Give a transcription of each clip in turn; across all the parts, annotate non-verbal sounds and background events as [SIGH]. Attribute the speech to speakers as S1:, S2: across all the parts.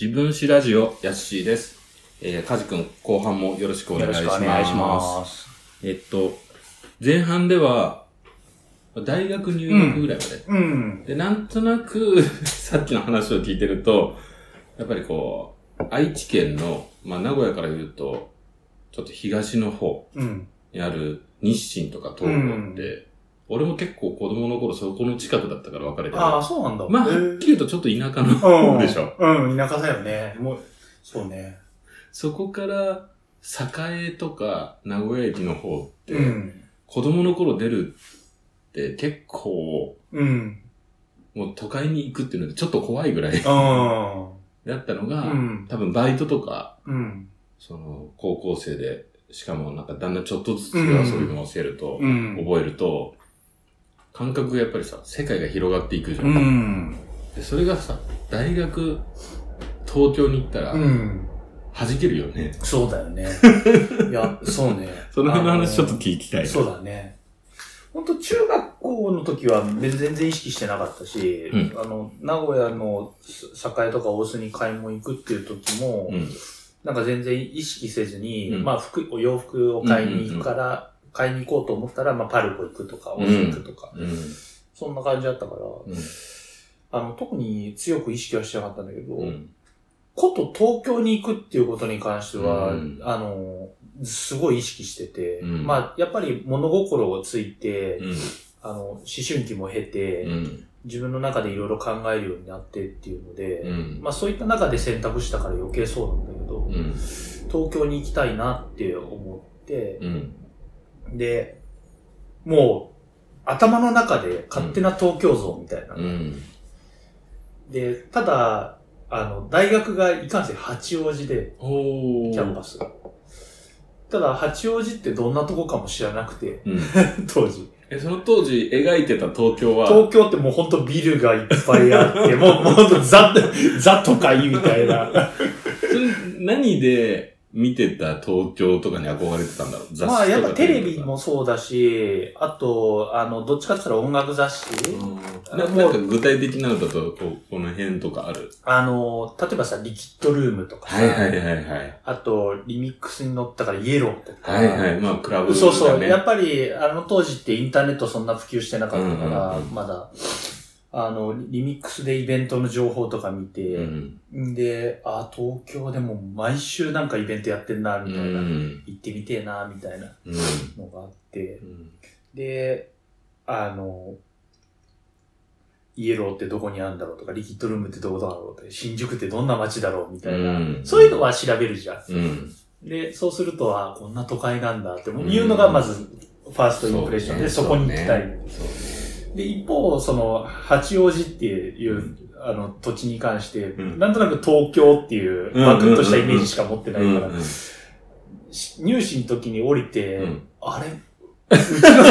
S1: 自分史ラジオ、やっしーです。えー、かじくん、後半もよろしくお願いします。
S2: す。
S1: えっと、前半では、大学入学ぐらいまで。
S2: うん。
S1: で、なんとなく、 [LAUGHS] さっきの話を聞いてると、やっぱりこう、愛知県の、まあ名古屋から言うと、ちょっと東の方、
S2: うん。
S1: にある日清とか東京って、俺も結構子供の頃そこの近くだったから別れてる
S2: ああ、そうなんだ。
S1: まあ、
S2: へえ
S1: はっきり言うとちょっと田舎の
S2: う
S1: 方
S2: ん。
S1: でしょ。。
S2: うん、田舎だよね。もう、そうね。
S1: そこから、栄とか名古屋駅の方って、
S2: うん。
S1: 子供の頃出るって結構、
S2: うん。
S1: もう都会に行くっていうのでちょっと怖いぐらい
S2: あ
S1: だったの
S2: あ。
S1: が、
S2: うん。
S1: 多分バイトとか、
S2: うん。
S1: その高校生で、しかもなんかだんだんちょっとずつ違う遊びも教えると、
S2: うん。
S1: 覚えると、感覚がやっぱりさ、世界が広がっていくじゃん
S2: う。ん。
S1: でそれがさ大学東京に行ったら
S2: うん。
S1: 弾けるよね、
S2: そうだよ
S1: [LAUGHS]
S2: ね。いや、そうね。
S1: その辺の話ちょっと
S2: あ
S1: 聞きたい
S2: のそうだね。本当中学校の時は別に全然意識してなかったし、
S1: う
S2: あの、名古屋の栄とか大須に買い物行くっていう時も、
S1: うん
S2: なんか全然意識せずに、
S1: うん
S2: まあ服、お洋服を買いに行くから、買いに行こうと思ったら、まあパルコ行くとか、
S1: うん
S2: オス行くとか、
S1: うん
S2: そんな感じだったから、
S1: うん
S2: あの、特に強く意識はしてなかったんだけど、
S1: うん
S2: こと東京に行くっていうことに関しては、
S1: うん
S2: あの、すごい意識してて、
S1: うん
S2: まあ、やっぱり物心をついて、
S1: うん
S2: あの、思春期も経て、
S1: うん
S2: 自分の中でいろいろ考えるようになってっていうので、
S1: うん
S2: まあそういった中で選択したから余計そうなんだけど、
S1: うん
S2: 東京に行きたいなって思って、
S1: うん
S2: で、もう、頭の中で勝手な東京像みたいな。
S1: うん
S2: で、ただ、あの、大学がいかんせん八王子で、
S1: おー
S2: キャンパスが。ただ、八王子ってどんなとこかも知らなくて、 [LAUGHS]
S1: うん、
S2: 当時。
S1: えその当時描いてた東京は
S2: 東京ってもうほんとビルがいっぱい
S1: [LAUGHS]
S2: あって、もう、もうほんとザ、ザとかいみたいな。
S1: それ何で見てた東京とかに憧れてたんだろう雑誌とか
S2: まあ、やっぱテレビもそうだし、あと、あの、どっちかって言ったら音楽雑誌、
S1: うんななんか具体的なのだとこうこの辺とかある
S2: あの、例えばさ、リキッドルームとかさ、
S1: はいはいはいはい
S2: あと、リミックスに乗ったからイエローとか。
S1: はいはいまあクラブだね
S2: そうそう。やっぱり、あの当時ってインターネットそんな普及してなかったから、
S1: うんうんうん
S2: まだ、あの、リミックスでイベントの情報とか見て、
S1: うん
S2: ん、で、あ、東京でも毎週なんかイベントやってんな、
S1: う
S2: みたいな。
S1: ん
S2: 行ってみてえな、みたいな
S1: うん
S2: のがあって。
S1: うん
S2: で、あの、イエローってどこにあるんだろうとか、リキッドルームってどこだろうとか、新宿ってどんな街だろうみたいな。
S1: うん
S2: そういうのは調べるじゃん。
S1: うん。
S2: で、そうすると、あこんな都会なんだっていうのがまず、ファーストインプレッションで、そ,、
S1: そうね
S2: こに行きたい。
S1: そう
S2: で、一方、その、八王子っていう、あの、土地に関して、
S1: うん
S2: なんとなく東京っていう、
S1: うん
S2: バクッとしたイメージしか持ってないから、
S1: うん [LAUGHS] うん
S2: し入試の時に降りて、
S1: うん
S2: あれ [LAUGHS] うちの実家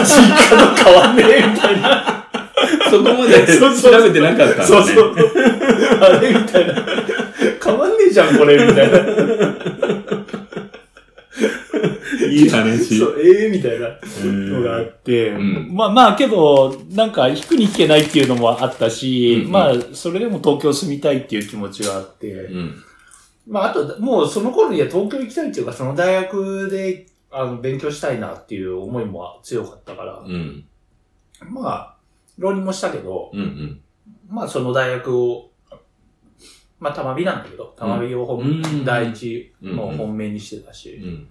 S2: の変わんねえみたいな。
S1: そこまで
S2: そうそう
S1: 調べてなかったんだね。
S2: そうそう。あれみたいな。変わんねえじゃん、これ、みたいな。
S1: いい話。
S2: そう、ええみたいな。の
S1: の
S2: があって、
S1: うん
S2: まあまあけど、なんか引くに引けないっていうのもあったし、
S1: うんうん
S2: まあそれでも東京住みたいっていう気持ちがあって、
S1: うん。
S2: まああともうその頃には東京行きたいっていうかその大学であの勉強したいなっていう思いも強かったから、
S1: うん。
S2: まあ浪人もしたけど、
S1: うん。うん。
S2: まあその大学を、まあ玉美なんだけど、玉美を本、
S1: うん
S2: 第一の
S1: うん
S2: 本命にしてたし、
S1: うん。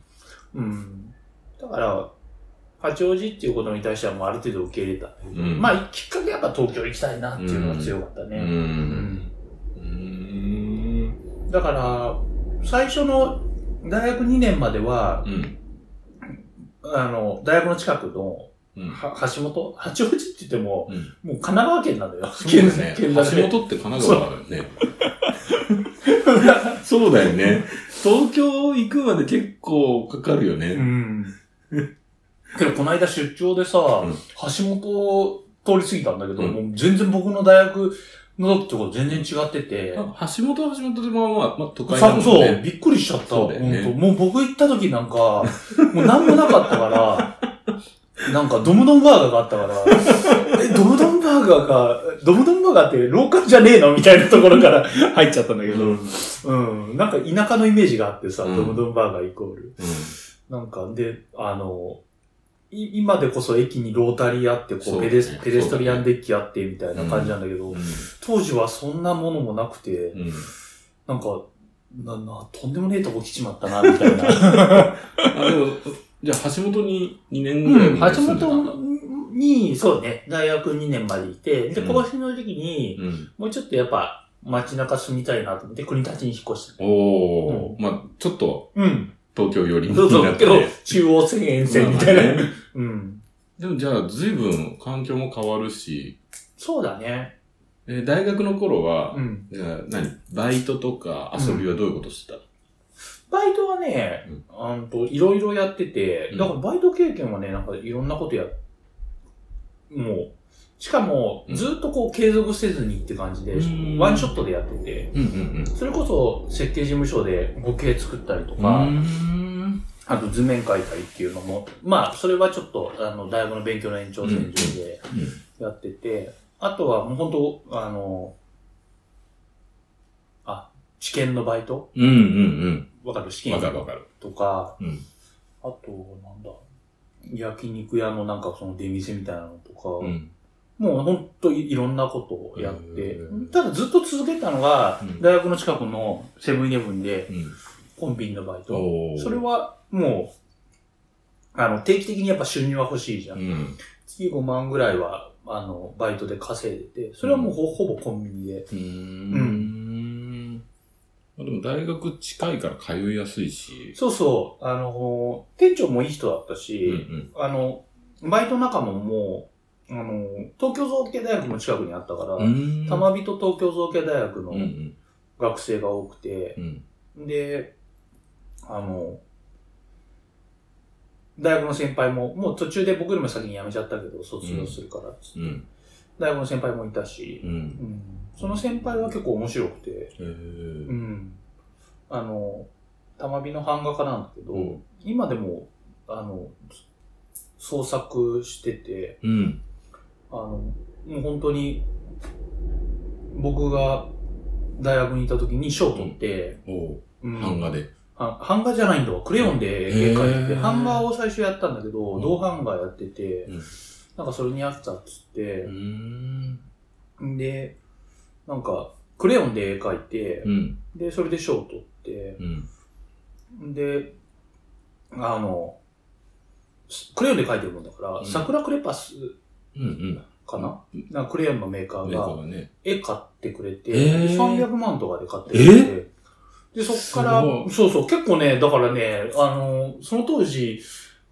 S2: うん。だから、八王子っていうことに対してはもうある程度受け入れた。
S1: うん
S2: まあ、きっかけはやっぱ東京行きたいなっていうのが強かった
S1: う
S2: ね。
S1: ん。うん。
S2: だから、最初の大学2年までは、
S1: うん。
S2: あの、大学の近くの、
S1: うん。
S2: は橋本八王子って言っても、
S1: うん
S2: もう神奈川県なのよ。
S1: そうだね。橋
S2: [LAUGHS] 県だね。
S1: 本って神奈川だよね。そうだよね。東京行くまで結構かかるよ
S2: う
S1: ね。
S2: ん。けど、この間出張でさ、
S1: ん
S2: 橋本通り過ぎたんだけど、
S1: うん
S2: もう全然僕の大学の時とか全然違ってて、
S1: あ橋本は橋本でまあまあ、まあ都会だも
S2: さ
S1: ん
S2: そう、
S1: ね。
S2: びっくりしちゃった。
S1: そうだよね
S2: 本当もう僕行った時なんか、もう
S1: [LAUGHS]
S2: 何もなかったから、なんかドムドムバーガーがあったから、え、ドムドムバーーガーが、ドムドムバーガーってローカルじゃねえのみたいなところから [LAUGHS] 入っちゃったんだけど、うん、なんか田舎のイメージがあってさ、
S1: うん
S2: ドムドムバーガーイコール。なんか、で、あの、い今でこそ駅にロータリーあって、こ
S1: そう
S2: う
S1: ね
S2: ペレス、ペレストリアンデッキあってみたいな感じなんだけど、
S1: うん
S2: 当時はそんなものもなくて、
S1: うん
S2: なんか、な、な、とんでもねえとこ来ちまったな、みたいな。
S1: あ、でも、じゃあ橋本に2年ぐらい
S2: うん、
S1: 前
S2: 橋
S1: 住んでたんだ
S2: 本に、そうね、大学2年までいて、で、
S1: うん
S2: 高校の時に、
S1: うん。
S2: もうちょっとやっぱ街中住みたいなと思って、国立に引っ越した。
S1: おー、まあちょっと
S2: うん。
S1: 東京寄りに
S2: そうそ
S1: なっ
S2: う、
S1: て
S2: けど、中央線沿線みた
S1: まあ
S2: い
S1: ま
S2: な
S1: あ。
S2: うん。
S1: でもじゃあ随分環境も変わるし、
S2: そうだね。
S1: え大学の頃は
S2: う、ん。
S1: じゃあ何バイトとか遊びはどういうことしてた、
S2: バイトはね、あんと、いろいろやってて
S1: う、ん
S2: だからバイト経験はね、なんかいろんなことや、もう、しかも、
S1: うん
S2: ずっとこう継続せずにって感じで
S1: うん、
S2: ワンショットでやってて、
S1: うん、うん
S2: それこそ設計事務所で模型作ったりと
S1: うん
S2: か、
S1: ん。
S2: あと図面描いたりっていうのも、まあ、それはちょっと、あの、大学の勉強の延長線上でやってて、あとはもう本当あの、あ、試験のバイト
S1: うんうん
S2: わかる試
S1: うん。
S2: 験
S1: わかるわかる。
S2: とか、
S1: うん
S2: あと、なんだ、焼肉屋のなんかその出店みたいなのとか、
S1: うん。
S2: もうほんといろんなことをやっ
S1: へ
S2: て
S1: ー、
S2: ただずっと続けたのが、
S1: うん
S2: 大学の近くのセブンイレブンで
S1: うん。
S2: コンビニのバイト。
S1: おー
S2: それ、はもう、あの、定期的にやっぱ収入は欲しいじゃ。
S1: うんん。
S2: 月5万ぐらいは、あの、バイトで稼いでて、それはもうほほぼコンビニで。
S1: うーん。まあでも大学近いから通いやすいし。
S2: そうそう、あの、店長もいい人だった
S1: う
S2: し、
S1: んうん。
S2: あの、バイト仲間も、あの、東京造形大学も近くにあったから、
S1: うん
S2: たまびと東京造形大学の
S1: うんうん
S2: 学生が多くて、
S1: うん。
S2: で、あの、大学の先輩も、もう途中で僕よりも先に辞めちゃったけど、卒業するからっつって、
S1: うん
S2: 大学の先輩もいたし、
S1: うん。
S2: うんその先輩は結構面白くて、
S1: へ
S2: う
S1: ー
S2: ん。あの、たまびの版画家なんだけど、
S1: うん
S2: 今でも、あの、創作してて、
S1: うん。
S2: あの、もう本当に、僕が大学にいた時に賞を取って、
S1: おう
S2: うん
S1: 版画。で。
S2: は版画じゃないんだわ。クレヨンで絵描いて
S1: へ
S2: て、
S1: ー
S2: 版画を最初やったんだけ
S1: う
S2: ど、
S1: ん
S2: 銅版画やってて、
S1: うん
S2: なんかそれに飽きたっつって
S1: う、ん。
S2: で、なんか、クレヨンで絵描いて
S1: う、ん。
S2: で、それで賞を取って、
S1: うん。
S2: で、あの、クレヨンで描いてるもんだから、
S1: うん
S2: 桜クレパス
S1: うんうん。
S2: かな,、なんかクレヨンのメーカー
S1: メー
S2: が
S1: カ、ーがね。
S2: 絵買ってくれて、
S1: えー
S2: 300万とかで買ってくれて、で、そっから
S1: すご、
S2: そうそう、結構ね、だからね、あの、その当時、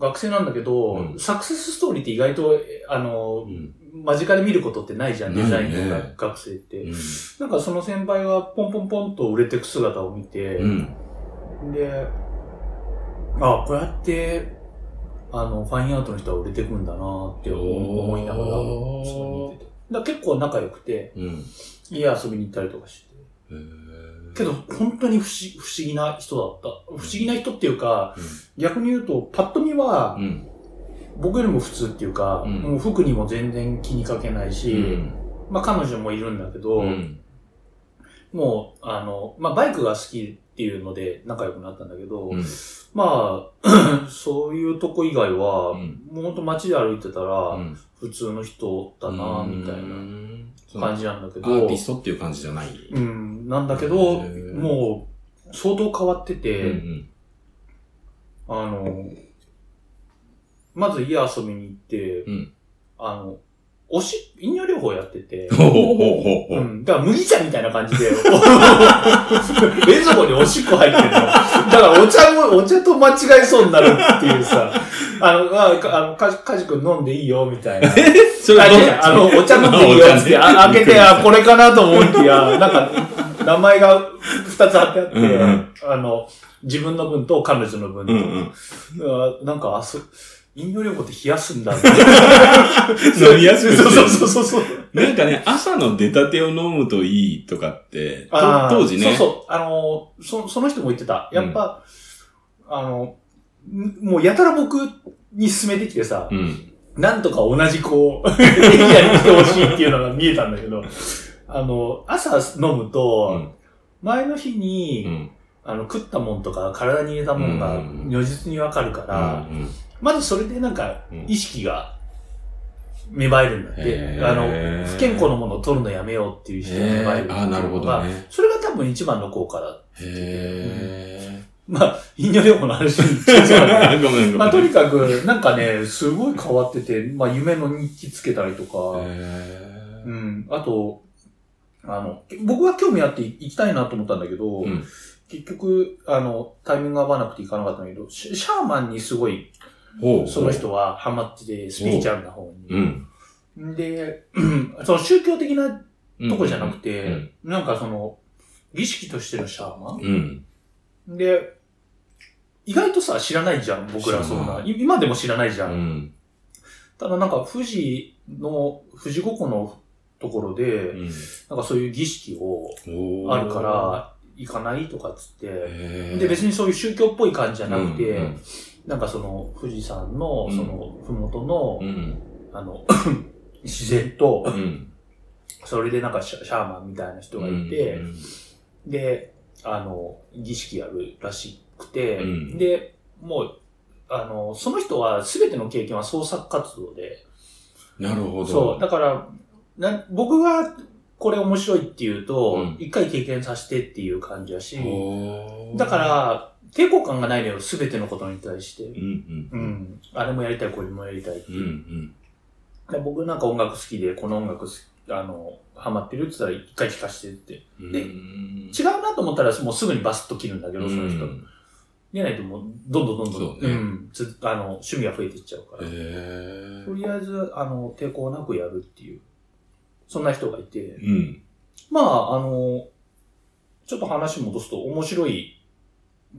S2: 学生なんだけど、
S1: うん
S2: サクセスストーリーって意外と、えあ
S1: う、
S2: の
S1: ん。
S2: 間近で見ることってないじゃん、デザインと
S1: ない
S2: か
S1: ね
S2: 学生っ
S1: う
S2: て。
S1: ん
S2: なんかその先輩がポンポンポンと売れてく姿を見て、
S1: うん。
S2: で、あ、こうやって、あの、ファインアートの人は売れてくんだなって思いながら、
S1: おー
S2: そう見ててだから結構仲良くて、
S1: うん。
S2: 家遊びに行ったりとかして。
S1: へー
S2: けど、、本当に不思不思議な人だった。不思議な人っていうか、逆に言うと、パッと見は
S1: う、ん。
S2: 僕よりも普通っていうか、
S1: うん
S2: もう服にも全然気にかけないし、
S1: うん。
S2: まあ彼女もいるんだけど、
S1: うん。
S2: もう、あの、まあバイクが好きっていうので仲良くなったんだけど、
S1: うん
S2: まあ、 [COUGHS] そういうとこ以外は、
S1: うん
S2: もうほんと街で歩いてたら、
S1: うん
S2: 普通の人だなみたいな感
S1: じ。
S2: じなんだけ
S1: アー
S2: ど
S1: ティ、ストっていう感じじゃない。
S2: うん、なんだけど、
S1: へー
S2: もう、相当変わって
S1: う
S2: て、
S1: ん
S2: あの、まず家遊びに行って、
S1: うん
S2: あの、おし、飲料療法やって
S1: [LAUGHS]
S2: て
S1: うん。、ほうほうほう
S2: う
S1: ほう。
S2: ん、だから麦茶みたいな感
S1: [LAUGHS]
S2: じで、冷蔵庫におしっこ入ってるの。だからお茶も、お茶と間違えそうになるっていうさ、あの、あかあの、かかじくん飲んでいいよ、みた
S1: [LAUGHS]
S2: いな。
S1: それ
S2: あ
S1: はどう
S2: 違うあの、お茶飲んでいいよ
S1: [LAUGHS]
S2: っつって、あ開けて、あ、これかなと思いきや、なんか、名前が二つ貼ってあって、
S1: うんうん
S2: あの、自分の分と彼女の分と、
S1: うんうん。
S2: あなんか、あそ、飲料旅行って冷やすん
S1: [LAUGHS]
S2: だ、ね。
S1: 飲みやすくして
S2: そ
S1: る
S2: うそうそうそうそう。
S1: なんかね、朝の出たてを飲むといいとかって、と
S2: あー
S1: 当時ね。
S2: そうそう。あのー、そ、その人も言ってた。やっぱ、あの、んもうやたら僕に勧めてきてさ、
S1: うん。
S2: なんとか同じ
S1: [LAUGHS]
S2: こう、エリアに来てほしいっていうのが見えたんだけど、あの、朝飲む
S1: う
S2: と、
S1: ん
S2: 前の日に、
S1: うん。
S2: あの、食ったもんとか、体に入れたもんが
S1: うん、
S2: 如実にわかるから、
S1: うんうん
S2: まずそれでなんか
S1: うん、
S2: 意識が芽生えるんだっ
S1: へ
S2: て。
S1: ー
S2: あの、不健康のものを取るのやめようっていう意識が芽生
S1: へ
S2: えるってい
S1: ー
S2: うのが。
S1: あー、なるほどね。
S2: それが多分一番の効果だ。
S1: へ
S2: まあ、飲料療法の話に
S1: え
S2: なっちゃうからね。
S1: [LAUGHS] ごめんごめん。
S2: まあ、とにかく、なんかね、すごい変わってて、まあ、夢の日記つけたりとか、
S1: へ
S2: うん。あと、あの、僕は興味あって行きたいなと思ったんだけど、
S1: うん
S2: 結局、あの、タイミングが合わなくて行かなかったんだけど、シシャーマンにすごい、
S1: ーほう
S2: その。人はハマってて、スピリチュアルな方
S1: う
S2: に。
S1: ん。
S2: で、 [CLEARS THROAT] その宗教的な
S1: うん
S2: とこじゃなくて、
S1: うん
S2: なんかその、儀式としてのシャーマ
S1: うん。
S2: ンで、意外とさ、知らないじゃん、僕らそん
S1: 知ら
S2: な。
S1: ない
S2: 今でも知らないじ
S1: う
S2: ゃん。
S1: ん。
S2: ただなんか、富士の、富士五湖のところで、
S1: うん
S2: なんかそういう儀式を、
S1: おー
S2: あるか。ら、行かないとかっつって、
S1: へー
S2: で、別にそういう宗教っぽい感じじゃなくて、
S1: うん
S2: なんかその、富士山の
S1: う、ん
S2: その、ふもとの、
S1: うん。
S2: あの、 [COUGHS] 自然と
S1: う、ん。
S2: それでなんかシャシャーマンみたいな人がいて、で、あの、儀式やるらしくて、
S1: うん
S2: で、もう、あの、その人は全ての経験は創作活動で、
S1: なるほど。
S2: そう、だから、な僕がこれ面白いっていう
S1: う
S2: と
S1: ん、
S2: 一、回経験させてっていう感じだし、
S1: ほー
S2: だか、ら、抵抗感がないのよ、すべてのことに対し
S1: う
S2: て。
S1: んう。
S2: うんん。あれもやりたい、これもやりたいっ
S1: う
S2: て
S1: ん
S2: いう。で僕なんか音楽好きで、この音楽好き、あの、ハマってるって言ったら一回聴かしてって。
S1: うん。
S2: で
S1: うん
S2: 違うなと思ったらもうすぐにバスッと切るんだけど、その人。
S1: うん
S2: でないともう、どんどんどんどん、
S1: そうね
S2: ん。ずっと、あの、趣味が増えていっちゃうから。
S1: へ
S2: と
S1: ー
S2: りあえず、あの、抵抗なくやるっていう。そんな人がいて。
S1: うん。
S2: まあ、あの、ちょっと話戻すと面白い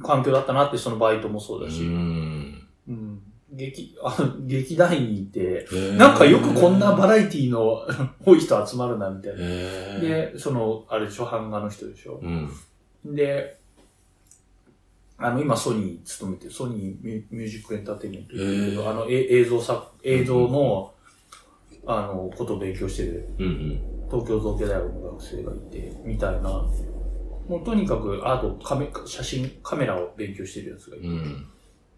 S2: 環境だったなって、そのバイトもそうだし。
S1: うん
S2: うん劇、あの、劇団員いて、
S1: へー
S2: なんかよくこんなバラエティの [LAUGHS] 多い人集まるな、みたいな。
S1: へー、
S2: で、その、あれでしょ、版画の人でしょ。
S1: うん。
S2: で、あの、今ソニーに勤めてる、ソニーミュミュージックエンターテインメントっていう、
S1: へー
S2: あの、え映像作、映像の、あの、ことを勉強してる、
S1: うんうん。
S2: 東京造形大学の学生がいて、みたいな、もうとにかく、アート、カメ、写真、カメラを勉強してるやつがいて
S1: うん。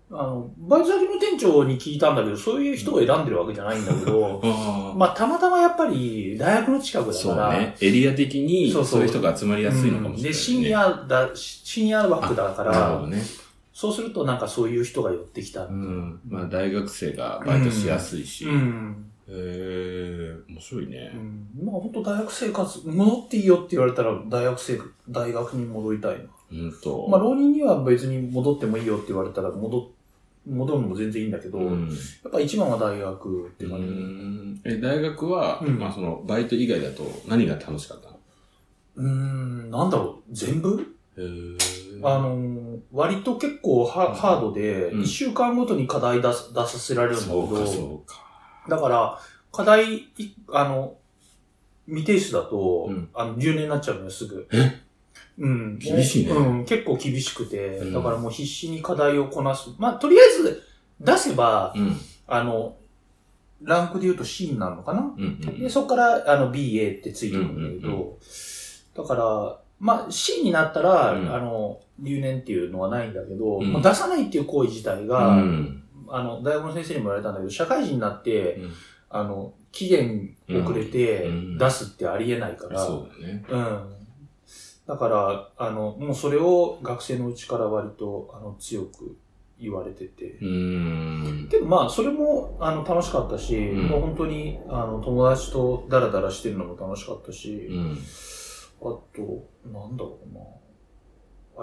S2: あの、バイト先の店長に聞いたんだけど、そういう人を選んでるわけじゃないんだけど、
S1: あ
S2: [LAUGHS] まあ、たまたまやっぱり、大学の近くだ
S1: そ
S2: か
S1: う
S2: ら、
S1: ね。エリア的に、
S2: そう
S1: そ
S2: そう
S1: ういう人が集まりやすいのかもしれない、ね
S2: で、深夜だ、し深夜枠だか
S1: なるほ
S2: ら
S1: ど、ね。
S2: そうするとなんかそういう人が寄ってきた。
S1: う。
S2: うん
S1: まあ、大学生がバイトしやすいし。
S2: ん。
S1: へえ、面白いうね。
S2: ん、まあ、本当大学生活、戻っていいよって言われたら、大学生、大学に戻りたいな。
S1: うんと。
S2: まあ、浪人には別に戻ってもいいよって言われたら、戻、戻るのも全然いいんだけど、
S1: う
S2: や
S1: ん
S2: っぱ一番は大学って
S1: う
S2: 感じ。
S1: んえ大学は、
S2: うん
S1: まあそのバイト以外だと何が楽しかったの
S2: うーん、なんだろう、全部
S1: へー
S2: あのー割と結構ハ,、
S1: うん
S2: ハードで、
S1: うん
S2: 一週間ごとに課題出す出させられるんだけ
S1: そうか
S2: ど、
S1: そうか。
S2: だから、課題い、あの、未提出だと、
S1: うん
S2: あの、留年になっちゃうのよ、すぐ。
S1: え
S2: うん。
S1: 厳しいね
S2: うん、結構厳しくて、
S1: うん
S2: だからもう必死に課題をこなす。まあ、とりあえず、出せば、
S1: うん。
S2: あの、ランクで言うと C になるのかな
S1: うんうん
S2: で、そこから、あの、BA ってついてくるんだけ
S1: う
S2: ど、
S1: んう
S2: だから、まあ、C になったら、
S1: うん
S2: あの、留年っていうのはないんだけど、
S1: うん
S2: もう出さないっていう行為自体が、
S1: うん。
S2: あの、大学の先生にも言われたんだけど、社会人になって、
S1: うん
S2: あの、期限遅れて
S1: うん
S2: 出すってありえないから、うん。
S1: そうだね。
S2: だから、あの、もうそれを学生のうちから割と、あの、強く言われてて、
S1: うーん。
S2: でもまあ、それも、あの、楽しかったし、
S1: ん
S2: もう本当に、あの、友達とダラダラしてるのも楽しかったし、
S1: うん。
S2: あと、なんだろうな。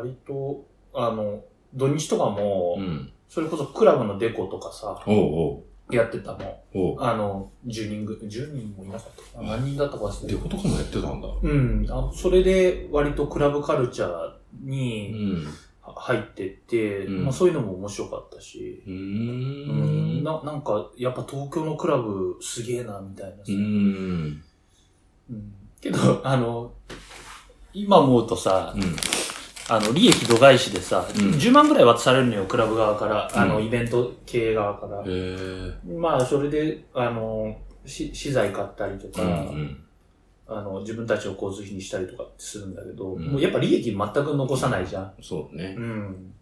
S2: 割と、あの、土日とかも、
S1: うん。
S2: それこそクラブのデコとかさ、
S1: おう
S2: やってたもん。
S1: おうおう。
S2: あの、10人ぐ、10人もいなかったかな。何人だったか忘れ
S1: で
S2: て。
S1: ことかもやってたんだ。
S2: うん。あそれで、割とクラブカルチャー
S1: う
S2: に
S1: ん。
S2: 入ってって、
S1: うん
S2: まあそういうのも面白かったし、
S1: うー
S2: うん
S1: ん。
S2: ななんか、やっぱ東京のクラブすげえな、みたいなさ
S1: う。ん。
S2: うんけど、あの、今思うとさ
S1: う、ん。
S2: あの、利益度外視でさ、
S1: うん
S2: 10万ぐらい渡されるのよ、クラブ側から、あの、
S1: うん
S2: イベント経営側から
S1: へ。ー
S2: まあ、それで、あの、し資材買ったりと
S1: う
S2: か、
S1: んうん。
S2: あの、自分たちを交通費にしたりとかするんだけど、
S1: うん
S2: もうやっぱ利益全く残さないじゃん。
S1: そうね
S2: う。ん。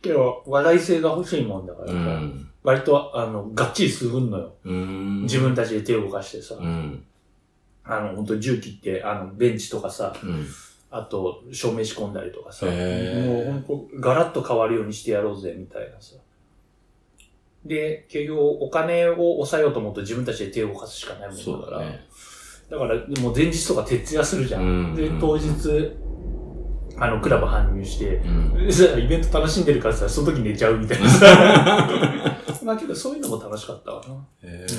S2: けど、話題性が欲しいもんだから
S1: う
S2: さ、
S1: ん。
S2: 割と、あの、がっちりすぐんのよ。
S1: うん。
S2: 自分たちで手を動かしてさ、
S1: うん。
S2: あの、本当重機って、あの、ベンチとかさ、
S1: うん。
S2: あと、照明仕込んだりとかさ、
S1: へ
S2: も
S1: ー
S2: う本当ガラッと変わるようにしてやろうぜ、みたいなさ。で、結局、お金を抑えようと思うと自分たちで手を動かすしかないもんだか
S1: そう
S2: ら、
S1: だね。
S2: だから、もう前日とか徹夜するじゃん。
S1: うん
S2: で、当日、あの、クラブ搬入して、
S1: うん。
S2: でさ [LAUGHS] イベント楽しんでるからさ、その時寝ちゃうみたいな [LAUGHS] さ。まあけど、そういうのも楽しかったわな。
S1: えー、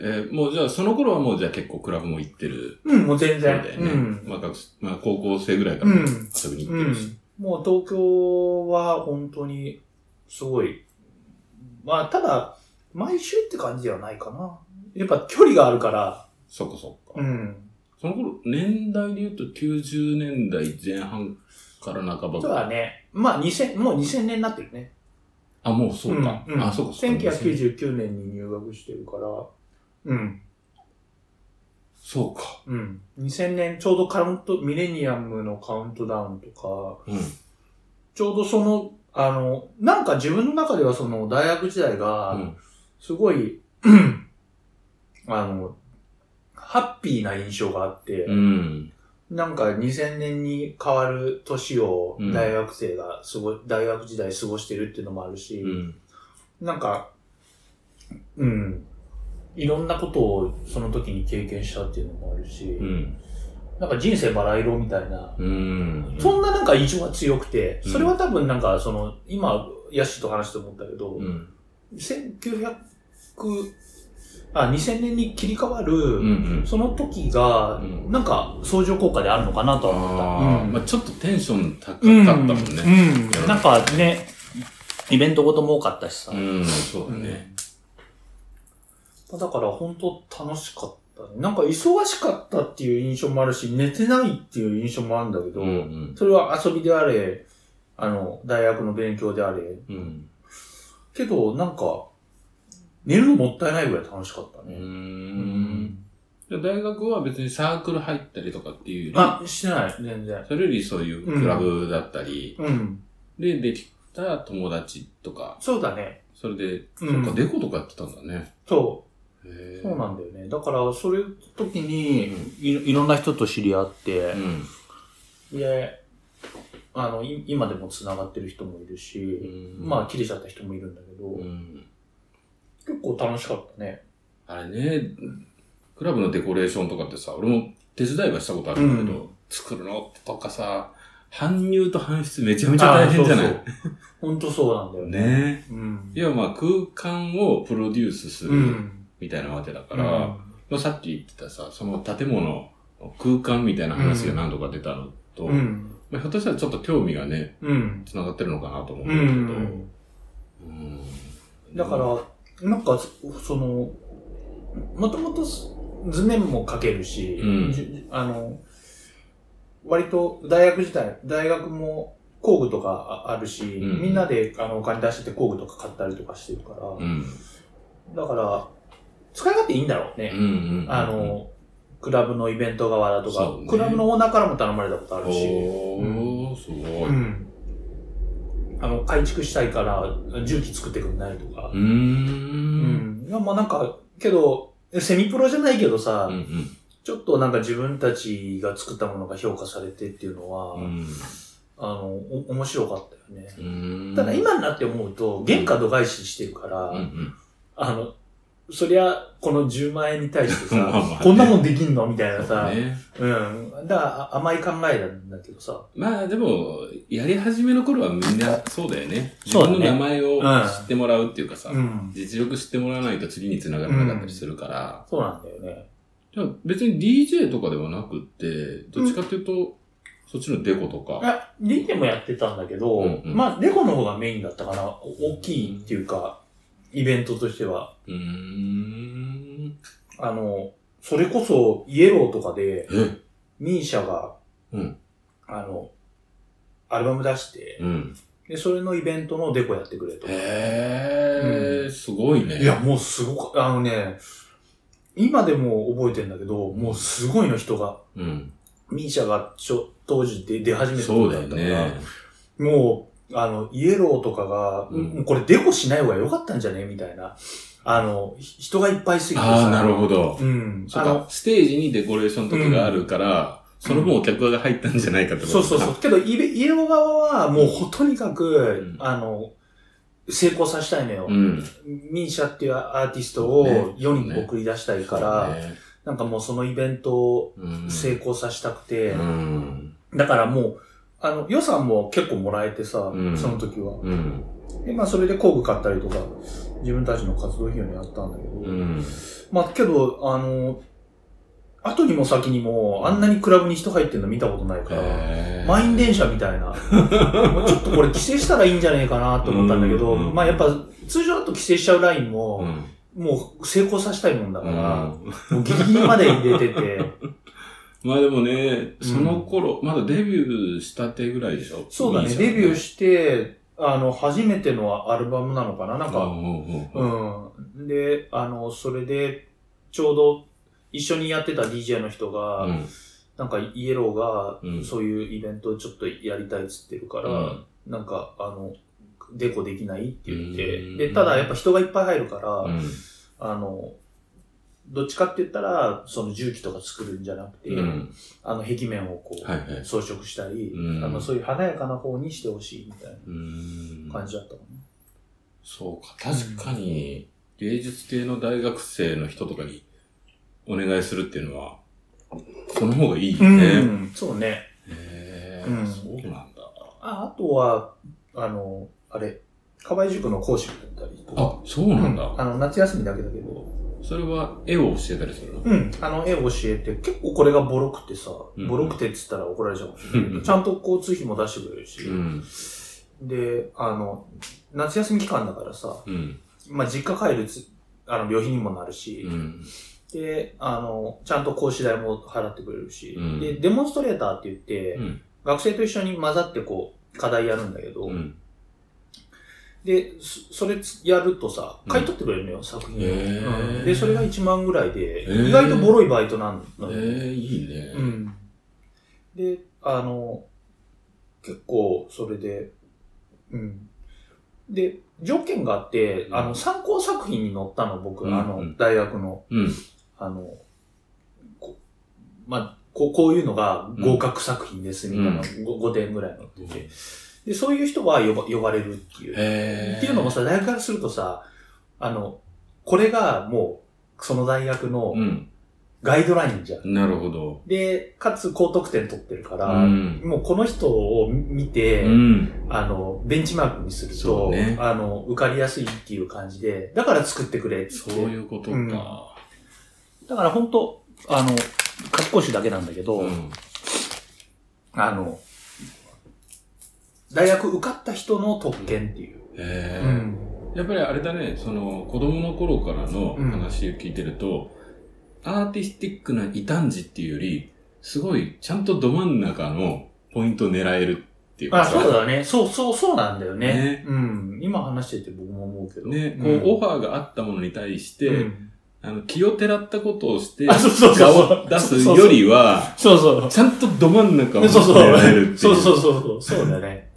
S1: えーもうじゃあ、その頃はもうじゃあ結構クラブも行ってる。
S2: うん、もう全
S1: そう
S2: 然。
S1: だよ
S2: う
S1: ね。
S2: ん。
S1: まあ、学生まあ、高校生ぐらいか
S2: う
S1: ら
S2: ん。
S1: 遊びに行って
S2: う
S1: るし。
S2: ん。もう東京は本当にすごい。まあ、ただ、毎週って感じではないかな。やっぱ距離があるから。
S1: そっかそっか。
S2: うん。
S1: その頃、年代で言うと90年代前半から半ば
S2: そうだね。まあ、2000、もう2000年になってるね。
S1: あ、もうそうか。
S2: うんうん
S1: あ、そうかそうか。
S2: 1999年に入学してるから。うん。
S1: そうか。
S2: うん。2000年、ちょうどカウント、ミレニアムのカウントダウンとか、
S1: うん。
S2: ちょうどその、あの、なんか自分の中ではその大学時代が、
S1: うん
S2: すごい、あの、ハッピーな印象があって、
S1: うん。
S2: なんか2000年に変わる年を
S1: うん
S2: 大学生がすごい、大学時代過ごしてるっていうのもあるし、
S1: うん。
S2: なんか、うん、いろんなことをその時に経験したっていうのもあるし、
S1: うん。
S2: なんか人生バラ色みたいな、
S1: うん。
S2: そんななんか印象が強くて、
S1: うん
S2: それは多分なんかその、今、ヤッシーと話して思ったけど、
S1: うん。
S2: 1900あ2000年に切り替わる、
S1: うん。うん。
S2: その時が
S1: うん
S2: なんか相乗効果であるのかなとは思った
S1: ああ、
S2: うん
S1: まあちょっとテンション高かった
S2: うん
S1: もんね。
S2: うんなんかねイベントごとも多かったしさ、
S1: うん、そうだね。
S2: だから本当楽しかったねなんか忙しかったっていう印象もあるし寝てないっていう印象もあるんだけど、
S1: うん。
S2: それは遊びであれあの大学の勉強であれ
S1: うん。
S2: けどなんか寝るのもったいないぐらい楽しかった
S1: う
S2: ね、
S1: ん。じゃあ大学は別にサークル入ったりとかっていうより、
S2: あしてない全然
S1: それよりそういうクラブだったり、
S2: うん
S1: で、できた友達とか、
S2: そうだね。
S1: それで、
S2: うん
S1: そっか、デコとかやってたんだね。
S2: そ
S1: へ
S2: う。
S1: え
S2: そうなんだよね。だから、それ時に
S1: うん
S2: い、いろんな人と知り合って
S1: う、ん。
S2: で、あの、い今でも繋がってる人もいるし、まあ、切れちゃった人もいるんだけど、
S1: あうん。
S2: 結構楽しかったね。
S1: あれね、クラブのデコレーションとかってさ、俺も手伝いはしたことあるんだけど、
S2: う
S1: 作るのとかさ、搬入と搬出めちゃめちゃ大変じゃない
S2: あそうそう本当そうなんだよね。
S1: ね
S2: うん。
S1: いや、まあ空間をプロデュースす
S2: う
S1: る
S2: ん。
S1: みたいなわけだか
S2: う
S1: ら、
S2: ん
S1: まあさっき言ってたさ、その建物の空間みたいな話が何度か出たのと、
S2: うん。
S1: まあ、ひょっとしたらちょっと興味がね、
S2: うん。
S1: 繋がってるのかなと思うん
S2: う
S1: だけど、うん
S2: ん。だから、なんか、そその、もともとす図面も描けるし、
S1: うん
S2: じゅあの、割と大学自体、大学も工具とかああるし、
S1: うん
S2: みんなであのお金出してて工具とか買ったりとかしてるから、
S1: うん、
S2: だから、使い勝手いいんだろう
S1: うん、う
S2: ね。
S1: ん。
S2: あの、クラブのイベント側だとか、
S1: そうね
S2: クラブのオーナーからも頼まれたことあるし、
S1: おー、すごい。
S2: う。
S1: うん
S2: あの、改築したいから、重機作ってくんないとか、
S1: ーん。
S2: うん。まあなんか、けど、セミプロじゃないけどさ、
S1: うんうん
S2: ちょっとなんか自分たちが作ったものが評価されてっていうのは、
S1: うん
S2: あの、お面白かったよね。
S1: うん
S2: ただ今になって思うと、原価度外視してるから、
S1: うん
S2: あの、そりゃ、この10万円に対して
S1: [LAUGHS] まあまあ
S2: さ
S1: ね、
S2: こんなもんできんのみたいな
S1: う
S2: さ、
S1: ん、ね。
S2: うん。だからあ甘い考えなんだけどさ、
S1: まあでも、やり始めの頃はみんなそうだよね。自
S2: そうだね
S1: 分の名前を
S2: うん
S1: 知ってもらうっていうかさ、
S2: うん。
S1: 実力知ってもらわないと次に繋がらなかったりするから、
S2: そうなんだよね。
S1: じゃあ別に DJ とかではなくって、どっちかっていうと、そっちのデコと
S2: い
S1: か。
S2: や、リケもやってたんだけど、
S1: うんうん
S2: まあ、レゴの方がメインだったかな。お大きいっていうか、イベントとしては。
S1: うーん。
S2: あの、それこそ、イエローとかで、
S1: え
S2: ミーシャが、
S1: うん
S2: あの、アルバム出して、
S1: うん。
S2: で、それのイベントのデコやってくれと。
S1: へ
S2: う
S1: ー、すごいね。
S2: いや、、もうすごく、あのね、今でも覚えてんだけど、もうすごいの人が、
S1: うん。
S2: ミーシャがちょ当時で出始めた
S1: そう
S2: 時
S1: だ
S2: だ
S1: よ
S2: ったか
S1: ね。
S2: ら、もう、あの、イエローとかが、
S1: うん
S2: もうこれデコしない方が良かったんじゃねみたいな。あの、ひ人がいっぱいすぎて
S1: ああ、なるほど。
S2: うん。
S1: そう
S2: あ
S1: か
S2: の、、
S1: ステージにデコレーションとかがあるから、その分お客が入ったんじゃないかってこと。
S2: そうそうそうう。けど、イベイエロー側は、もうほ、とにかく
S1: ん、
S2: あの、成功させたいのよ
S1: う。ん。
S2: ミーシャっていうアーティストを
S1: ね
S2: 4人送り出したいから、
S1: ね、
S2: なんかもうそのイベントを
S1: うん
S2: 成功させたくて、
S1: うん。
S2: だからもう、あの、予算も結構もらえてさ、
S1: うん
S2: その時は。
S1: うん。
S2: で、まあそれで工具買ったりとか、自分たちの活動費用にあったんだけど、
S1: うん。
S2: まあけど、あの、後にも先にも、あんなにクラブに人入ってるの見たことないから、
S1: へー
S2: 満員電車みたいな。もうちょっとこれ規制したらいいんじゃねえかなと思ったんだけど、
S1: うん
S2: まあやっぱ通常だと規制しちゃうライン
S1: う
S2: も、
S1: ん。
S2: もう成功させたいもんだ
S1: う
S2: か
S1: ん
S2: ら、もうギリギリまで入れて
S1: [LAUGHS]
S2: て、
S1: まあでもね、その頃、まだデビューしたてぐらいでしょ
S2: そうだね、デビューして、あの、初めてのアルバムなのかなな
S1: た
S2: んか、
S1: う
S2: うん。で、あの、それで、ちょうど一緒にやってた DJ の人が、
S1: ん。
S2: なんかイエローが、
S1: うん
S2: そういうイベントをちょっとやりたいっつってるから、
S1: うん
S2: なんか、あの、デコできないって言っ
S1: うん
S2: て、で、ただやっぱ人がいっぱい入るから、
S1: うん。
S2: あの、どっちかって言ったら、その重機とか作るんじゃなくて、
S1: うん。
S2: あの、壁面をこう、
S1: はいはい。
S2: 装飾したり、
S1: うん。
S2: あの、そういう華やかな方にしてほしいみたいうなん感じだったか
S1: そうか、確かに、芸術系の大学生の人とかにお願いするっていうのは、その方がいいよ
S2: な。
S1: ね。
S2: うん、そうね。
S1: へ
S2: う
S1: え、
S2: ん
S1: そうなんだ。
S2: ああとは、あの、あれ、河合塾の講師だったりとか。
S1: あ、そうなんだ。
S2: あの、夏休みだけだけど。
S1: それは絵を教えたりするの
S2: うん。あの、絵を教えて、結構これがボロくてさ、
S1: うん
S2: ボロくてって言ったら怒られちゃうかもし
S1: う
S2: れないけど、
S1: ん
S2: ちゃんと交通費も出してくれるし、
S1: うん。
S2: で、あの、夏休み期間だからさ、
S1: うん。
S2: まあ、実家帰るつあの、旅費にもなるし、
S1: うん。
S2: で、あの、ちゃんと講師代も払ってくれるし、
S1: うん
S2: で、デモンストレーターって言って、
S1: うん。
S2: 学生と一緒に混ざってこう、課題やるんだけど、
S1: うん。
S2: で、そそれつやるとさ、買い取ってくれるのよ、作品を、
S1: へー
S2: うんで、それが1万ぐらいで、
S1: ー
S2: 意外とボロいバイトなん
S1: え
S2: のよ。
S1: え、いいね
S2: う。ん。で、あの、結構、それで、うん。で、条件があって、
S1: うん
S2: あの、参考作品に載ったの、僕、
S1: うん
S2: あ
S1: う
S2: の、
S1: ん
S2: 大学の、
S1: うん。
S2: あの、こまあ、こうこういうのが合格作品です、みたいな、
S1: うん
S2: 5点ぐらい載ってて。で、そういう人は呼ば呼ばれるっていう。
S1: へえ。
S2: っていうのもさ、大学からするとさ、あの、これがもう、その大学の
S1: うん。
S2: ガイドラインじゃん。
S1: なるほど。
S2: で、かつ高得点取ってるから、
S1: うん。
S2: もうこの人を見て、
S1: うん。
S2: あの、ベンチマークにする
S1: そ
S2: と、
S1: うね
S2: あの、受かりやすいっていう感じで、だから作ってくれって。
S1: そういうこと
S2: うん
S1: か。
S2: だから本当あの、格好しだけなんだけど、
S1: うん。
S2: あの、大学受かった人の特権っていう。
S1: へえ。やっぱりあれだね、その子供の頃からの話を聞いてると、アーティスティックな異端児っていうより、すごいちゃんとど真ん中のポイントを狙えるっていう
S2: まあ
S1: かさ
S2: そうだね。そうそうそうなんだよね。
S1: ね
S2: うん。今話してて僕も思うけど。
S1: ね、こ
S2: うん
S1: う、オファーがあったものに対して、
S2: うん
S1: あの、気をてらったことをして、
S2: あそうそうそう
S1: 顔を出すよりは、
S2: そうそう。
S1: ちゃんとど真ん中を
S2: そうそう。
S1: 狙えるっていう。
S2: そうそうそうそう。そうだよね。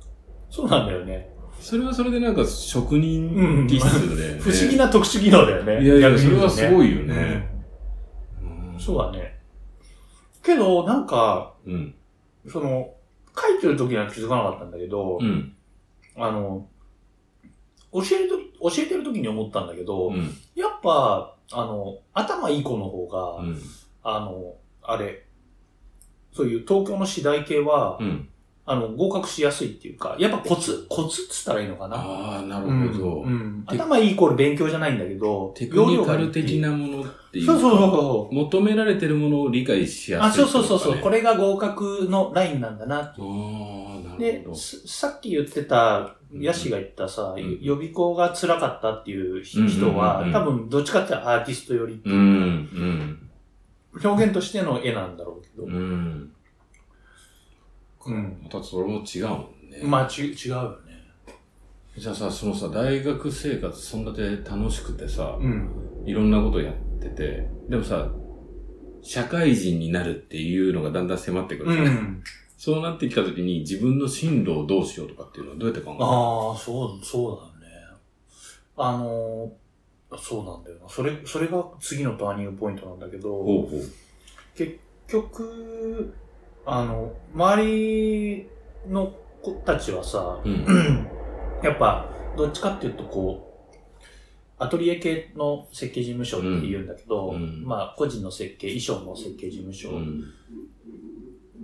S2: そうなんだよね。
S1: それはそれでなんか職人気質だよね。
S2: 不思議な特殊技能だよね。
S1: いやいや、
S2: 逆
S1: そ
S2: に
S1: れ
S2: 言うと
S1: は
S2: ね
S1: すごいよね。
S2: うんそうだね。けど、なんか、
S1: うん。
S2: その、書いてる時には気づかなかったんだけど、
S1: うん。
S2: あの、教えるとき、教えてる時に思ったんだけど、
S1: うん。
S2: やっぱ、あの、頭いい子の方が、
S1: うん。
S2: あの、あれ、そういう東京の次第系は、
S1: うん。
S2: あの、合格しやすいっていうか、やっぱコツ、コツっつったらいいのかな。
S1: ああ、なる
S2: うん
S1: ほど。
S2: うん
S1: テ
S2: 頭いいイコール勉強じゃないんだけど、
S1: テクニカ
S2: 要領がいい
S1: ル
S2: っていう
S1: 的なものっていうか
S2: そうそうそうそう。
S1: 求められてるものを理解しや
S2: あ、
S1: すい
S2: そう
S1: って
S2: そ
S1: こと
S2: うそ
S1: か
S2: うそう、
S1: ね、
S2: これが合格のラインなんだな。
S1: ああ、なる
S2: で
S1: ほ、ど。
S2: すさっき言ってた、ヤシが言ったさ、
S1: うん
S2: 予備校が辛かったっていう
S1: うん
S2: 人人
S1: うん
S2: は
S1: うんうん、
S2: 多分どっちかっていうとアーティストより、
S1: うん、うん、
S2: 表現としての絵なんだろうけど
S1: う。ん。
S2: うん。
S1: またそれも違うもんね。
S2: まあ、ち、違うよね。
S1: じゃあさ、そのさ、大学生活、そんだけ楽しくてさ、
S2: うん。
S1: いろんなことやってて、でもさ、社会人になるっていうのがだんだん迫ってくる
S2: う
S1: じゃん。
S2: ん。
S1: そうなってきた時に自分の進路をどうしようとかっていうのはどうやって考える
S2: ああ、そう、そうだね。あのー、そうなんだよな。それ、それが次のターニングポイントなんだけど、
S1: ほうほう。
S2: 結局、あの、周りの子たちはさ、 [CLEARS THROAT]
S1: うん。
S2: やっぱ、どっちかっていうと、こう、アトリエ系の設計事務所って言うんだけど、
S1: うんうん
S2: まあ、個人の設計、衣装の設計事務所
S1: うん。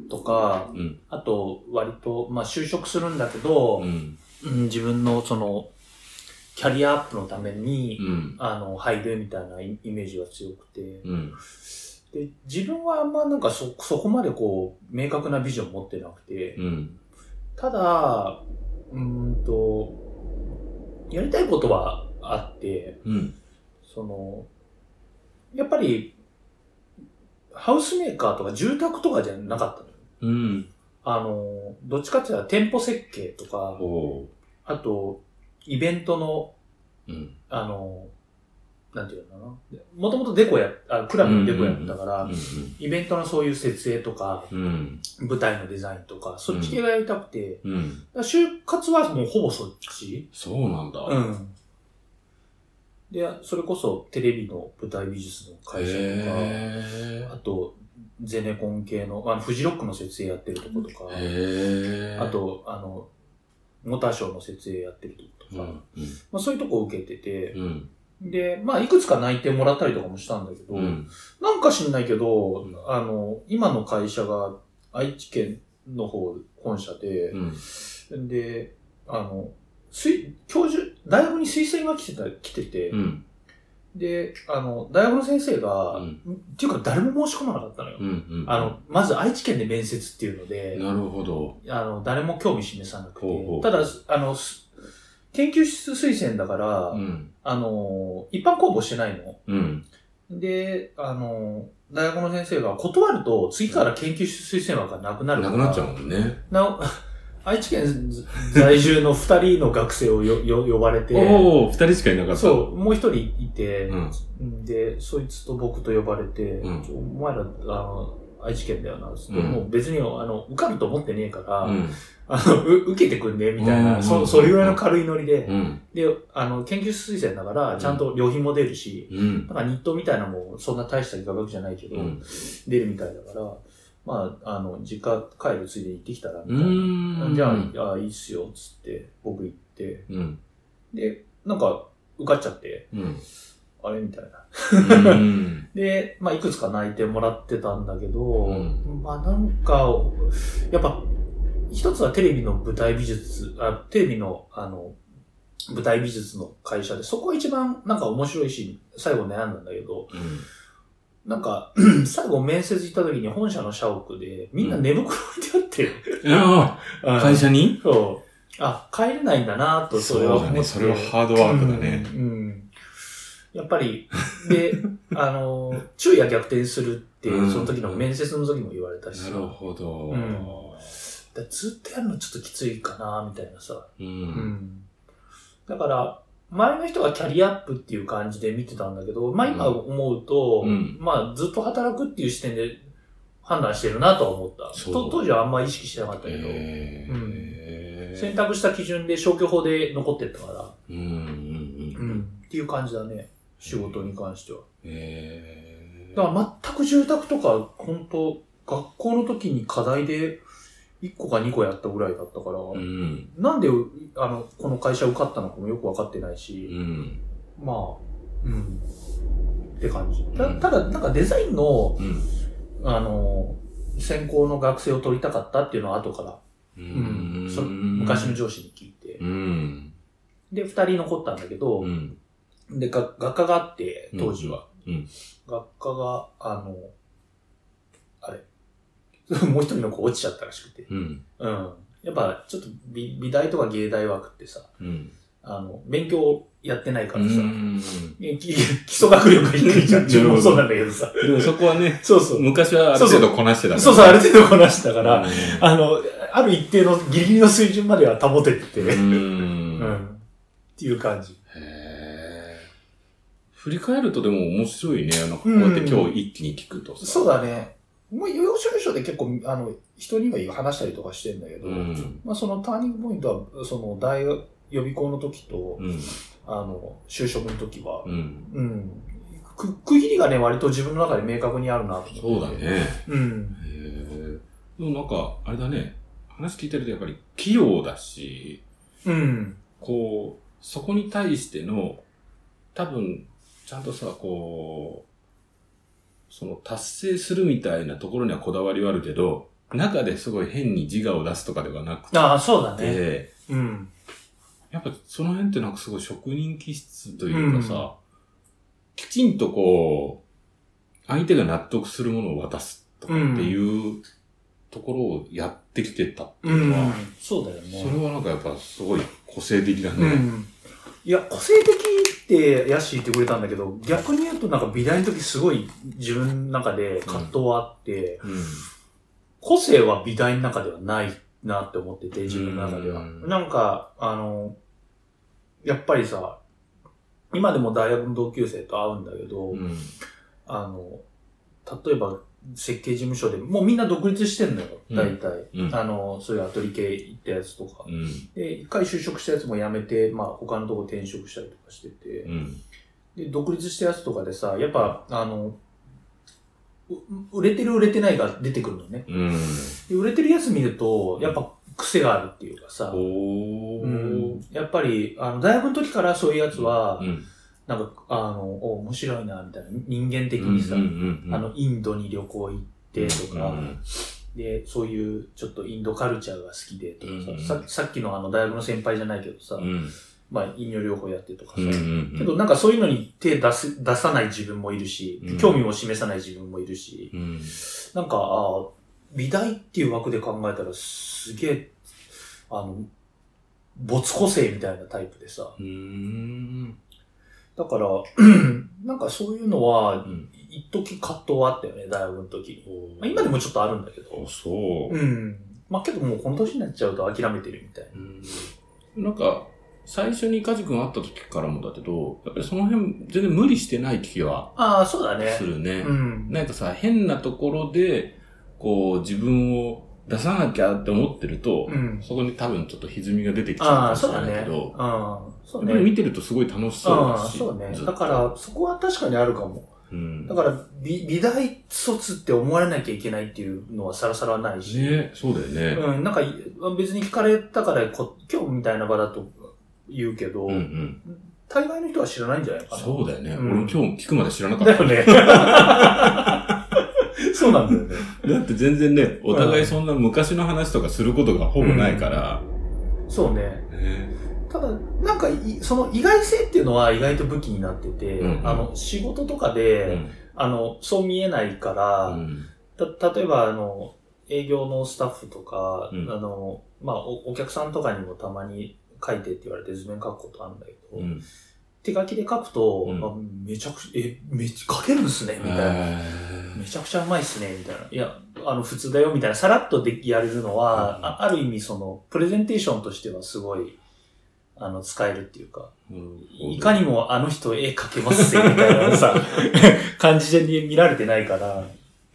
S2: とか、
S1: うん
S2: あと、割と、まあ、就職するんだけど、
S1: うん。
S2: うん自分の、その、キャリアアップのために、
S1: うん。
S2: あの、入るみたいなイイメージが強くて、
S1: うん。
S2: で、自分はあんまなんかそ、そこまでこう、明確なビジョン持ってなくて、
S1: うん。
S2: ただ、うーんと、やりたいことはあって、
S1: うん。
S2: その、やっぱり、ハウスメーカーとか住宅とかじゃなかったのよ。
S1: うん。
S2: あの、どっちかっていうと店舗設計とか、
S1: ほ
S2: あと、イベントの、
S1: う。うん。
S2: あの、なんていうのかな。もともとデコや、あクラブのデコやったから、イベントのそういう設営とか、
S1: うん。
S2: 舞台のデザインとか、そっち系がやりたくて、
S1: うん。
S2: だから就活はもうほぼそっち。
S1: そうなんだ。
S2: うん。で、それこそテレビの舞台美術の会社と
S1: へ
S2: か、あと、ゼネコン系の、あの、フジロックの設営やってるとことか
S1: え。、へえ。
S2: あ、と、あの、モーターショーの設営やってるとこと
S1: う
S2: か、
S1: ん。
S2: まあそういうとこ受けてて、
S1: うん。
S2: で、まあいくつか内定もらったりとかもしたんだけど、
S1: うん。
S2: なんか知んないけど、
S1: うん
S2: あの、今の会社が愛知県の方、本社で
S1: う、ん。
S2: で、あの、推教授、大学に推薦が来てた、来てて、
S1: うん。
S2: で、あの、大学の先生が、
S1: う
S2: っていうか誰も申し込まなかったのよ。
S1: うん。
S2: あの、まず愛知県で面接っていうので、
S1: なるほど。
S2: あの、誰も興味示さなくて、
S1: ほうほう
S2: ただ、あの、す研究室推薦だから、
S1: うん。
S2: あの、一般公募してないの。
S1: うん。
S2: で、あの、大学の先生が断ると、次から研究室推薦枠がなくなる
S1: な
S2: から。
S1: くなっちゃうもんね。
S2: なお愛知県在住の二人の学生をよよ呼ばれて、
S1: おお、二人しかいなかった。
S2: そう、もう一人いて、
S1: うん。
S2: で、そいつと僕と呼ばれて、
S1: うん
S2: ちょお前ら、あの、愛知県だよな、つって、
S1: うん
S2: もう別に、あの、受かると思ってねえから、
S1: うん。
S2: あの、う受けてくんね、みたいな、
S1: うん
S2: そ、それぐらいの軽いノリで、
S1: うん。
S2: で、あの、研究室推薦だから、ちゃんと料品も出るし、
S1: うん。
S2: なんか日当みたいなのも、そんな大した額じゃないけど、
S1: うん。
S2: 出るみたいだから、まあ、あの、実家帰るついでに行ってきたら、み
S1: う
S2: たいな。
S1: ーん。
S2: じゃあ、あいいっすよ、つって、僕行って、
S1: うん。
S2: で、なんか、受かっちゃって、
S1: うん。
S2: あれみたいな。
S1: うん。
S2: で、まあ、いくつか内定もらってたんだけど、 [LAUGHS]
S1: う
S2: まあ、なんか、やっぱ、一つはテレビの舞台美術、あテレビの、あの、舞台美術の会社で、そこが一番なんか面白いし、最後悩んだんだけど、
S1: うん
S2: なんか、最後面接行った時に本社の社屋で、みんな寝袋置いてあって、
S1: ああ、会社に
S2: そう。あ、帰れないんだなと、それは
S1: う
S2: 思っ
S1: だ
S2: て。
S1: ね。それはハードワークだね。
S2: うん。うんやっぱり、で、 [LAUGHS] あの、昼夜逆転するって、
S1: うん
S2: その時の面接の時も言われたし
S1: な、るほど。
S2: だずっとやるのちょっときついかな、みたいなさ。
S1: う。
S2: うんん。だから、周りの人がキャリアアップっていう感じで見てたんだけど、まあ今思うと、
S1: うん
S2: まあずっと働くっていう視点で判断してるなとは思った。
S1: そう
S2: と当時はあんま意識してなかったけど、
S1: え
S2: 選
S1: え。
S2: 択した基準で消去法で残ってったから、
S1: うん。うん。うん。
S2: ん、っていう感じだね。仕事に関しては。
S1: ええ。
S2: だから全く住宅とか、本当学校の時に課題で1個か2個やったぐらいだったから、
S1: うん。
S2: なんで、あの、この会社受かったのかもよくわかってないうし、
S1: ん。
S2: まあ、うん。って感じ。た
S1: うん
S2: ただ、なんかデザインの、
S1: うん。
S2: あの、専攻の学生を取りたかったっていうのは後から、
S1: う
S2: うんそ昔の上司に聞いて。
S1: うん。
S2: で、二人残ったんだけど、
S1: うん。
S2: で、が学科があって、当時は。
S1: うんうん
S2: 学科が、あの、あれ。 [LAUGHS] もう一人の子落ちちゃったらしくて。
S1: うん。
S2: うん。やっぱ、ちょっと美美大とか芸大枠ってさ、
S1: うん。
S2: あの、勉強やってないからさ、
S1: で
S2: えき基 [LAUGHS] 礎学力が低いじゃん。自分もそうなんだけどさ。
S1: もそこはね、
S2: そうそう。
S1: 昔はある程度こなしてた
S2: そうそう、ある程度こなしてたから、あの、
S3: ある一定のギリギリの水準までは保てて、
S1: う
S3: うん。
S1: ん。
S3: っていう感じ。
S1: へー振り返るとでも面白いね。なんかこうやって今日一気に聞くとさ。
S2: そうだね。もう、要所要所で結構、あの、人には話したりとかしてんだけど、
S1: うん。
S2: まあ、そのターニングポイントは、その、大学、予備校の時と、
S1: うん。
S2: あの、就職の時は、
S1: うん。
S2: うん。く、区切りがね、割と自分の中で明確にあるなと思って。
S1: そうだね。。へ
S2: うん。
S1: ーでもなんか、あれだね。話聞いてるとやっぱり器用だし、
S2: うん。
S1: こう、そこに対しての、多分、ちゃんとさ、こう、その達成するみたいなところにはこだわりはあるけど、中ですごい変に自我を出すとかではなく
S3: ああ、そうだ
S1: て、
S3: ね。うん。
S1: やっぱその辺ってなんかすごい職人気質というかさ、きちんとこう、相手が納得するものを渡すとかっていうところをやってきてたって
S3: う
S1: いうの
S3: ん
S1: は、。
S3: そうだよね。
S1: それはなんかやっぱすごい個性的だね。
S2: うん。いや、個性的ってヤッシー言ってくれたんだけど、逆に言うとなんか美大の時すごい自分の中で葛藤はあって、
S1: うん
S2: 個性は美大の中ではないなって思ってて、自分の中では。
S1: うん
S2: なんか、あの、やっぱりさ、今でも大学の同級生と会うんだけど、
S1: うん
S2: あの、例えば設計事務所で、もうみんな独立してんのよ、
S1: うん
S2: 大体。
S1: うん
S2: あの、そういうアトリ系行ったやつとか。
S1: うん
S2: で、一回就職したやつも辞めて、まあ他のとこ転職したりとかしてて、
S1: うん
S2: で、独立したやつとかでさ、やっぱ、あの、う売れてる売れてないが出てくるのね。
S1: うん
S2: で売れてるやつ見ると、やっぱ癖があるっていうかさ、
S1: おー
S2: うん、やっぱり、あの、大学の時からそういうやつは、
S1: うん
S2: なんか、あの、お面白いな、みたいな、人間的にさ、
S1: うんうんうん
S2: あの、インドに旅行行ってとか、
S1: うん
S2: で、そういう、ちょっとインドカルチャーが好きでとかさ、
S1: うん
S2: ささっきのあの、大学の先輩じゃないけどさ、
S1: うん
S2: まあ、飲料療法やってとかさ、
S1: うんうんうん
S2: けどなんかそういうのに手出す、出さない自分もいるし、
S1: うん
S2: 興味を示さない自分もいるし、
S1: うん
S2: なんか、あー美大っていう枠で考えたらすげえ、あの、没個性みたいなタイプでさ。
S1: うん
S2: だから、 [CLEARS THROAT] なんかそういうのは
S1: う、ん
S2: 一時葛藤はあったよね、大学の時に。まあ、今でもちょっとあるんだけど。
S1: あそう
S2: うん。まあけどもうこの年になっちゃうと諦めてるみたいな。
S1: うんなんか、最初にカジ君会った時からもだけど、やっぱりその辺全然無理してない気は
S2: ああ、そうだね
S1: す。るね。
S2: うん。
S1: なんかさ、変なところで、こう自分を出さなきゃって思ってると、
S2: うん。
S1: そこに多分ちょっと歪みが出てきちゃう
S2: あ
S1: か
S2: あ、
S1: もし
S2: そう
S1: れ
S2: だ
S1: ない
S2: ね。
S1: け
S2: う
S1: ど、
S2: ん。そ
S1: やっ
S2: う
S1: ぱり
S2: ね。
S1: 見てるとすごい楽しそう
S2: あ
S1: だ
S2: あ、
S1: し。
S2: そうね。
S1: ずっと
S2: だから、そこは確かにあるかも。
S1: うん
S2: だから美、美大卒って思われなきゃいけないっていうのはさらさらないし、
S1: ねそうだよね。
S2: うん、なんか別に聞かれたからこ今日みたいな場だと言うけど、
S1: うんうん。
S2: 大概の人は知らないんじゃないかな。
S1: そうだよね。
S2: うん
S1: 俺も今日聞くまで知らなかっ
S2: だ
S1: た。[LAUGHS]
S2: よね。そうなんだよね。 [LAUGHS]
S1: だって全然ね、お互いそんな昔の話とかすることがほぼないから。
S2: そうね。
S1: ね
S2: ただ、なんかい、その意外性っていうのは意外と武器になってて、
S1: うんうん
S2: あの、仕事とかで、
S1: うん
S2: あの、そう見えないから、
S1: うん
S2: た、例えば、あの、営業のスタッフとか、
S1: うん
S2: あの、まあお、お客さんとかにもたまに書いてって言われて図面書くことあるんだけど、
S1: うん
S2: 手書きで書くと、
S1: うん
S2: あめちゃくちゃ、え、めちゃ、書けるんすねみたいな。
S1: へ
S2: めちゃくちゃうまいっすねみたいな。いや、あの、普通だよ、みたいな。さらっとでやれるのは、
S1: うん
S2: あある意味、その、プレゼンテーションとしてはすごい、あの、使えるっていうか、
S1: ー
S2: いかにもあの人絵描けますぜ、みたいな
S1: [LAUGHS]
S2: さ、感じで見られてないから、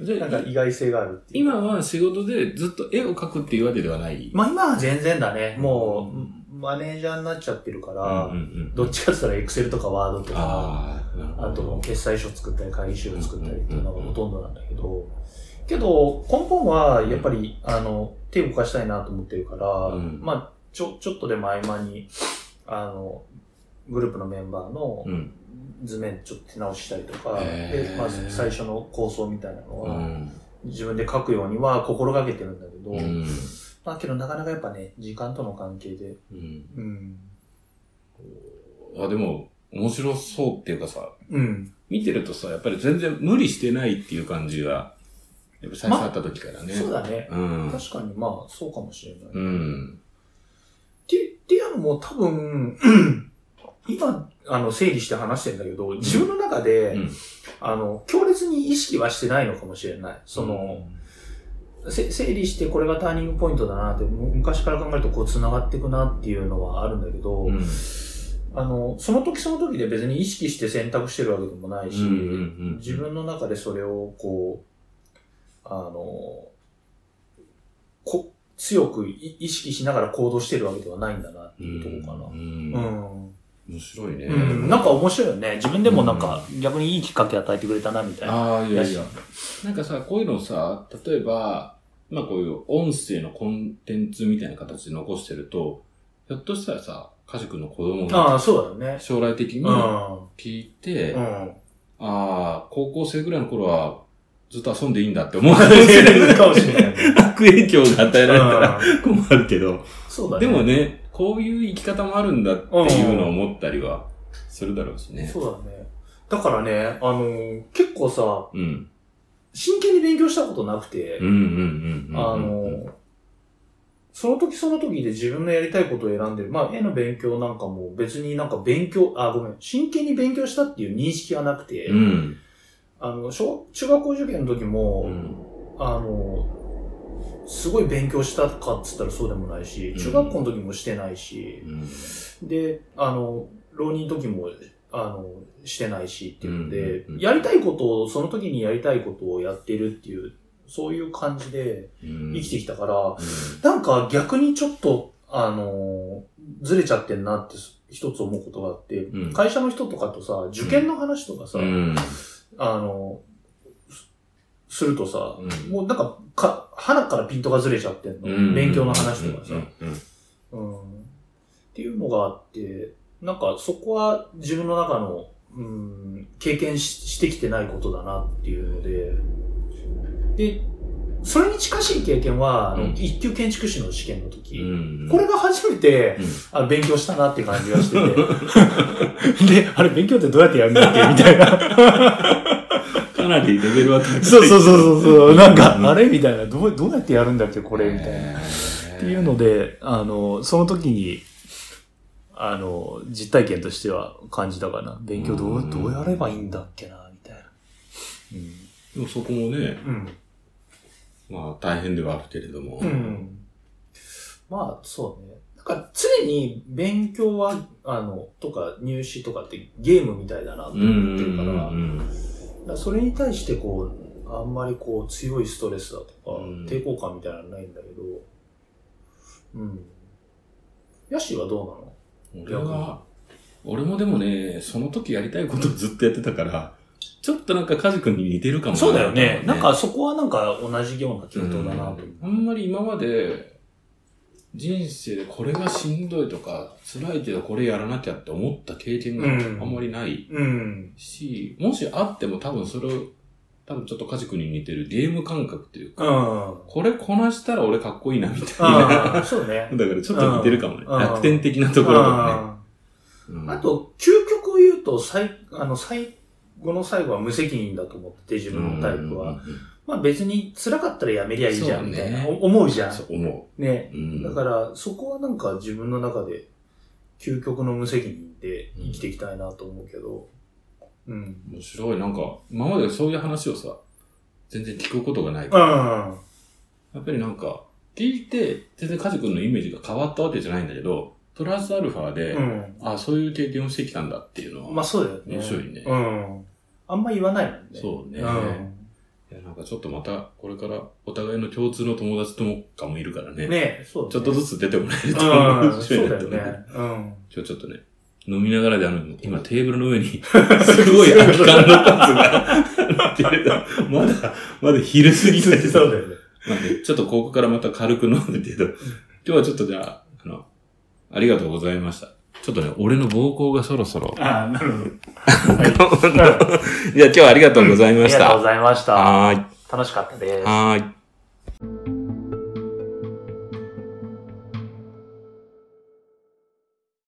S1: じゃ
S2: な
S1: あ
S2: んか意外性があるっていうか。
S1: 今は仕事でずっと絵を描くっていうわけではない。
S2: まあ今は全然だね。も
S1: う
S2: う、マネージャーになっちゃってるか
S1: う
S2: ら、
S1: んうんうん
S2: どっちかって言ったら Excel とか Word とか、
S1: ああ、なるほ
S2: あ
S1: ど
S2: と、決済書作ったり会議資料作ったりっていうのが
S1: うんうんうん
S2: ほとんどなんだけど、けど、根本はやっぱり、あの、手を動かしたいなと思ってるから、
S1: うん
S2: まあ、ちょ、ちょっとでも合間に、あの、グループのメンバーの
S1: うん。
S2: 図面ちょっと手直ししたりとか、
S1: へー
S2: で、まず最初の構想みたいなの
S1: う
S2: は、
S1: ん。
S2: 自分で書くようには心がけてるんだけど、
S1: うん。
S2: まあけどなかなかやっぱね、時間との関係で。
S1: うん
S2: うん。
S1: あ、でも、面白そうっていうかさ、
S2: うん。
S1: 見てるとさ、やっぱり全然無理してないっていう感じが、やっぱ最初会った時からね。
S2: そうだね。
S1: うん。
S2: 確かにまあ、そうかもしれない。
S1: う
S2: っ
S1: ん。
S2: て、っていうのも多分、 [CLEARS THROAT] 今、あの、整理して話してんだけど、自分の中で、
S1: うん
S2: あの、強烈に意識はしてないのかもしれない。その、せ整理してこれがターニングポイントだなって、む昔から考えるとこう繋がっていくなっていうのはあるんだけど、
S1: うん。
S2: あの、その時その時で別に意識して選択してるわけでもないし、
S1: うん
S2: 自分の中でそれをこう、あの、こ強くい意識しながら行動してるわけではないんだなっていうところか
S1: うん
S2: な。
S1: うん
S2: うん
S1: 面白いね。
S2: うん、なんか面白いよね。自分でもなんか、逆にいいきっかけ与えてくれたな、みたいな。
S1: ああ、いやいや
S2: よ。
S1: なんかさ、こういうのさ、例えば、まあこういう音声のコンテンツみたいな形で残してると、ひょっとしたらさ、カジ君の子供が
S2: ああ、そうだよね。
S1: 将来的に
S2: うん。う
S1: 聞いて、 [LAUGHS] あ
S2: ん。
S1: あ、高校生ぐらいの頃はずっと遊んでいいんだって思うかもしれない。 [LAUGHS]
S2: かもしれない。
S1: 悪影響が与えられたら [LAUGHS]
S2: うん
S1: 困るけど。
S2: そうだね。
S1: でもね、こういう生き方もあるんだっていうのを思ったりはするだろうしね。
S2: そうだね。だからね、あの、結構さ、
S1: うん。
S2: 真剣に勉強したことなくて
S1: うん、うんうんうんうん。
S2: あの、その時その時で自分のやりたいことを選んでる。まあ、絵の勉強なんかも別になんか勉強、あ、ごめん、真剣に勉強したっていう認識がなくて、
S1: うん。
S2: あの、小、中学校受験の時も、
S1: うん。
S2: あの、すごい勉強したかっつったらそうでもないし
S1: う、ん
S2: 中学校の時もしてないし
S1: う、ん。
S2: で、あの、浪人の時も、あの、してないしっていうので、
S1: うんうんうん
S2: やりたいことを、その時にやりたいことをやってるっていう、そういう感じで
S1: 生
S2: 生きてきたから、なんか逆にちょっと、あの、ずれちゃってんなって一つ思うことがあって、
S1: うん
S2: 会社の人とかとさ、受験の話とかさ、
S1: うん。
S2: あの、すするとさ、
S1: うん
S2: もうなんか、か、鼻からピントがずれちゃってんの。
S1: うん
S2: 勉強の話とかさ、
S1: うんうん
S2: うん。っていうのがあって、なんかそこは自分の中の、うん、経験ししてきてないことだなっていうので、で、それに近しい経験は、あの
S1: うん
S2: 一級建築士の試験の時、
S1: うん
S2: これが初めて、
S1: うん
S2: あ勉強したなって感じがしてて。 [LAUGHS] で、あれ勉強ってどうやってやるんだっけみた
S1: [LAUGHS]
S2: いな。
S1: かなりレベルは高い。
S2: そうそうそうそうそう。なんか、
S1: うん
S2: あれみたいな。どう、どうやってやるんだっけこ
S1: こ
S2: れみたいな。っ
S1: って
S2: いうので、あの、その時に、あの、実体験としては感じたかな。勉強ど
S1: うん
S2: う、どうやればいいんだっけな、みたいな。
S1: でもそこもね、
S2: うん。
S1: まあ大変ではあるけれども。
S2: うん。まあ、そうね。なんか、常に勉強は、あの、とか、入試とかってゲームみたいだなと
S1: う
S2: 思
S1: ん。
S2: ってるから、
S1: うん
S2: だからそれに対してこう、あんまりこう強いストレスだとか、
S1: うん
S2: 抵抗感みたいなのはないんだけど、うん。ヤシはどうなの
S1: 俺は、俺もでもね、その時やりたいことをずっとやってたから、ちょっとなんかカジ君に似てるかも
S2: そうだよね。なん、かそこはなんか同じような系統だな
S1: う
S2: と思
S1: んあんまり今まで、人生でこれがしんどいとか、辛いけどこれやらなきゃって思った経験があんまりない。
S2: う。うん。
S1: し、もしあっても多分それを、多分ちょっと家塾に似てるゲーム感覚というか、
S2: うん。
S1: これこなしたら俺かっこいいなみたいな。
S2: ああ、そうね。
S1: [LAUGHS] だからちょっと似てるかもね。
S2: うん
S1: 楽天的なところがね。
S2: あ
S1: うん
S2: ああ、と、究極を言うと、最、あの、最後の最後は無責任だと思ってて、自分のタイプは。まあ別に辛かったらやめりゃいいじゃん、みたいな、
S1: そうね
S2: お思うじ
S1: う
S2: ゃ
S1: ん。
S2: ん。
S1: そう思
S2: ね。
S1: う。うん
S2: だから、そこはなんか自分の中で、究極の無責任で生きていきたいなと思うけど、うん。
S1: 面白い。なんか、今までそういう話をさ、全然聞くことがないか
S2: う
S1: ら。
S2: ん。
S1: やっぱりなんか、聞いて、全然家塾のイメージが変わったわけじゃないんだけど、プラスアルファで、
S2: うん。
S1: あそういう経験をしてきたんだっていうのは、
S2: まあそうだよね。
S1: 面白いね。
S2: うん。あんま言わないもんね。
S1: そうね。
S2: うん。
S1: いや、なんかちょっとまた、これから、お互いの共通の友達ともかもいるからね。
S2: ねそう、ね。
S1: ちょっと
S2: つ。
S1: ずつ出てもらえ
S2: う
S1: る
S2: ん。
S1: と面
S2: そ
S1: 白
S2: う
S1: いな
S2: だ
S1: と
S2: よ
S1: 思う。
S2: ね。うん。
S1: 今日ちょっとね、飲みながらであの、今テーブルの上
S2: [LAUGHS]
S1: に、すごい空き缶の数が、っていうかまだ、まだ昼過ぎだけ
S2: [LAUGHS] そう
S1: ど、
S2: だよね。
S1: なんで、ちょっとここからまた軽く飲むけど、今日はちょっとじゃあ、あの、ありがとうございました。ちょっとね、俺の膀胱がそろそろ。
S2: ああ、なるほど。
S1: [LAUGHS] じゃあ今日はありがとうござい
S2: [LAUGHS] あ
S1: ま
S2: り
S1: し
S2: がとう
S1: た。
S2: ございました。
S1: はーい。
S2: 楽しかったです。
S1: はーい。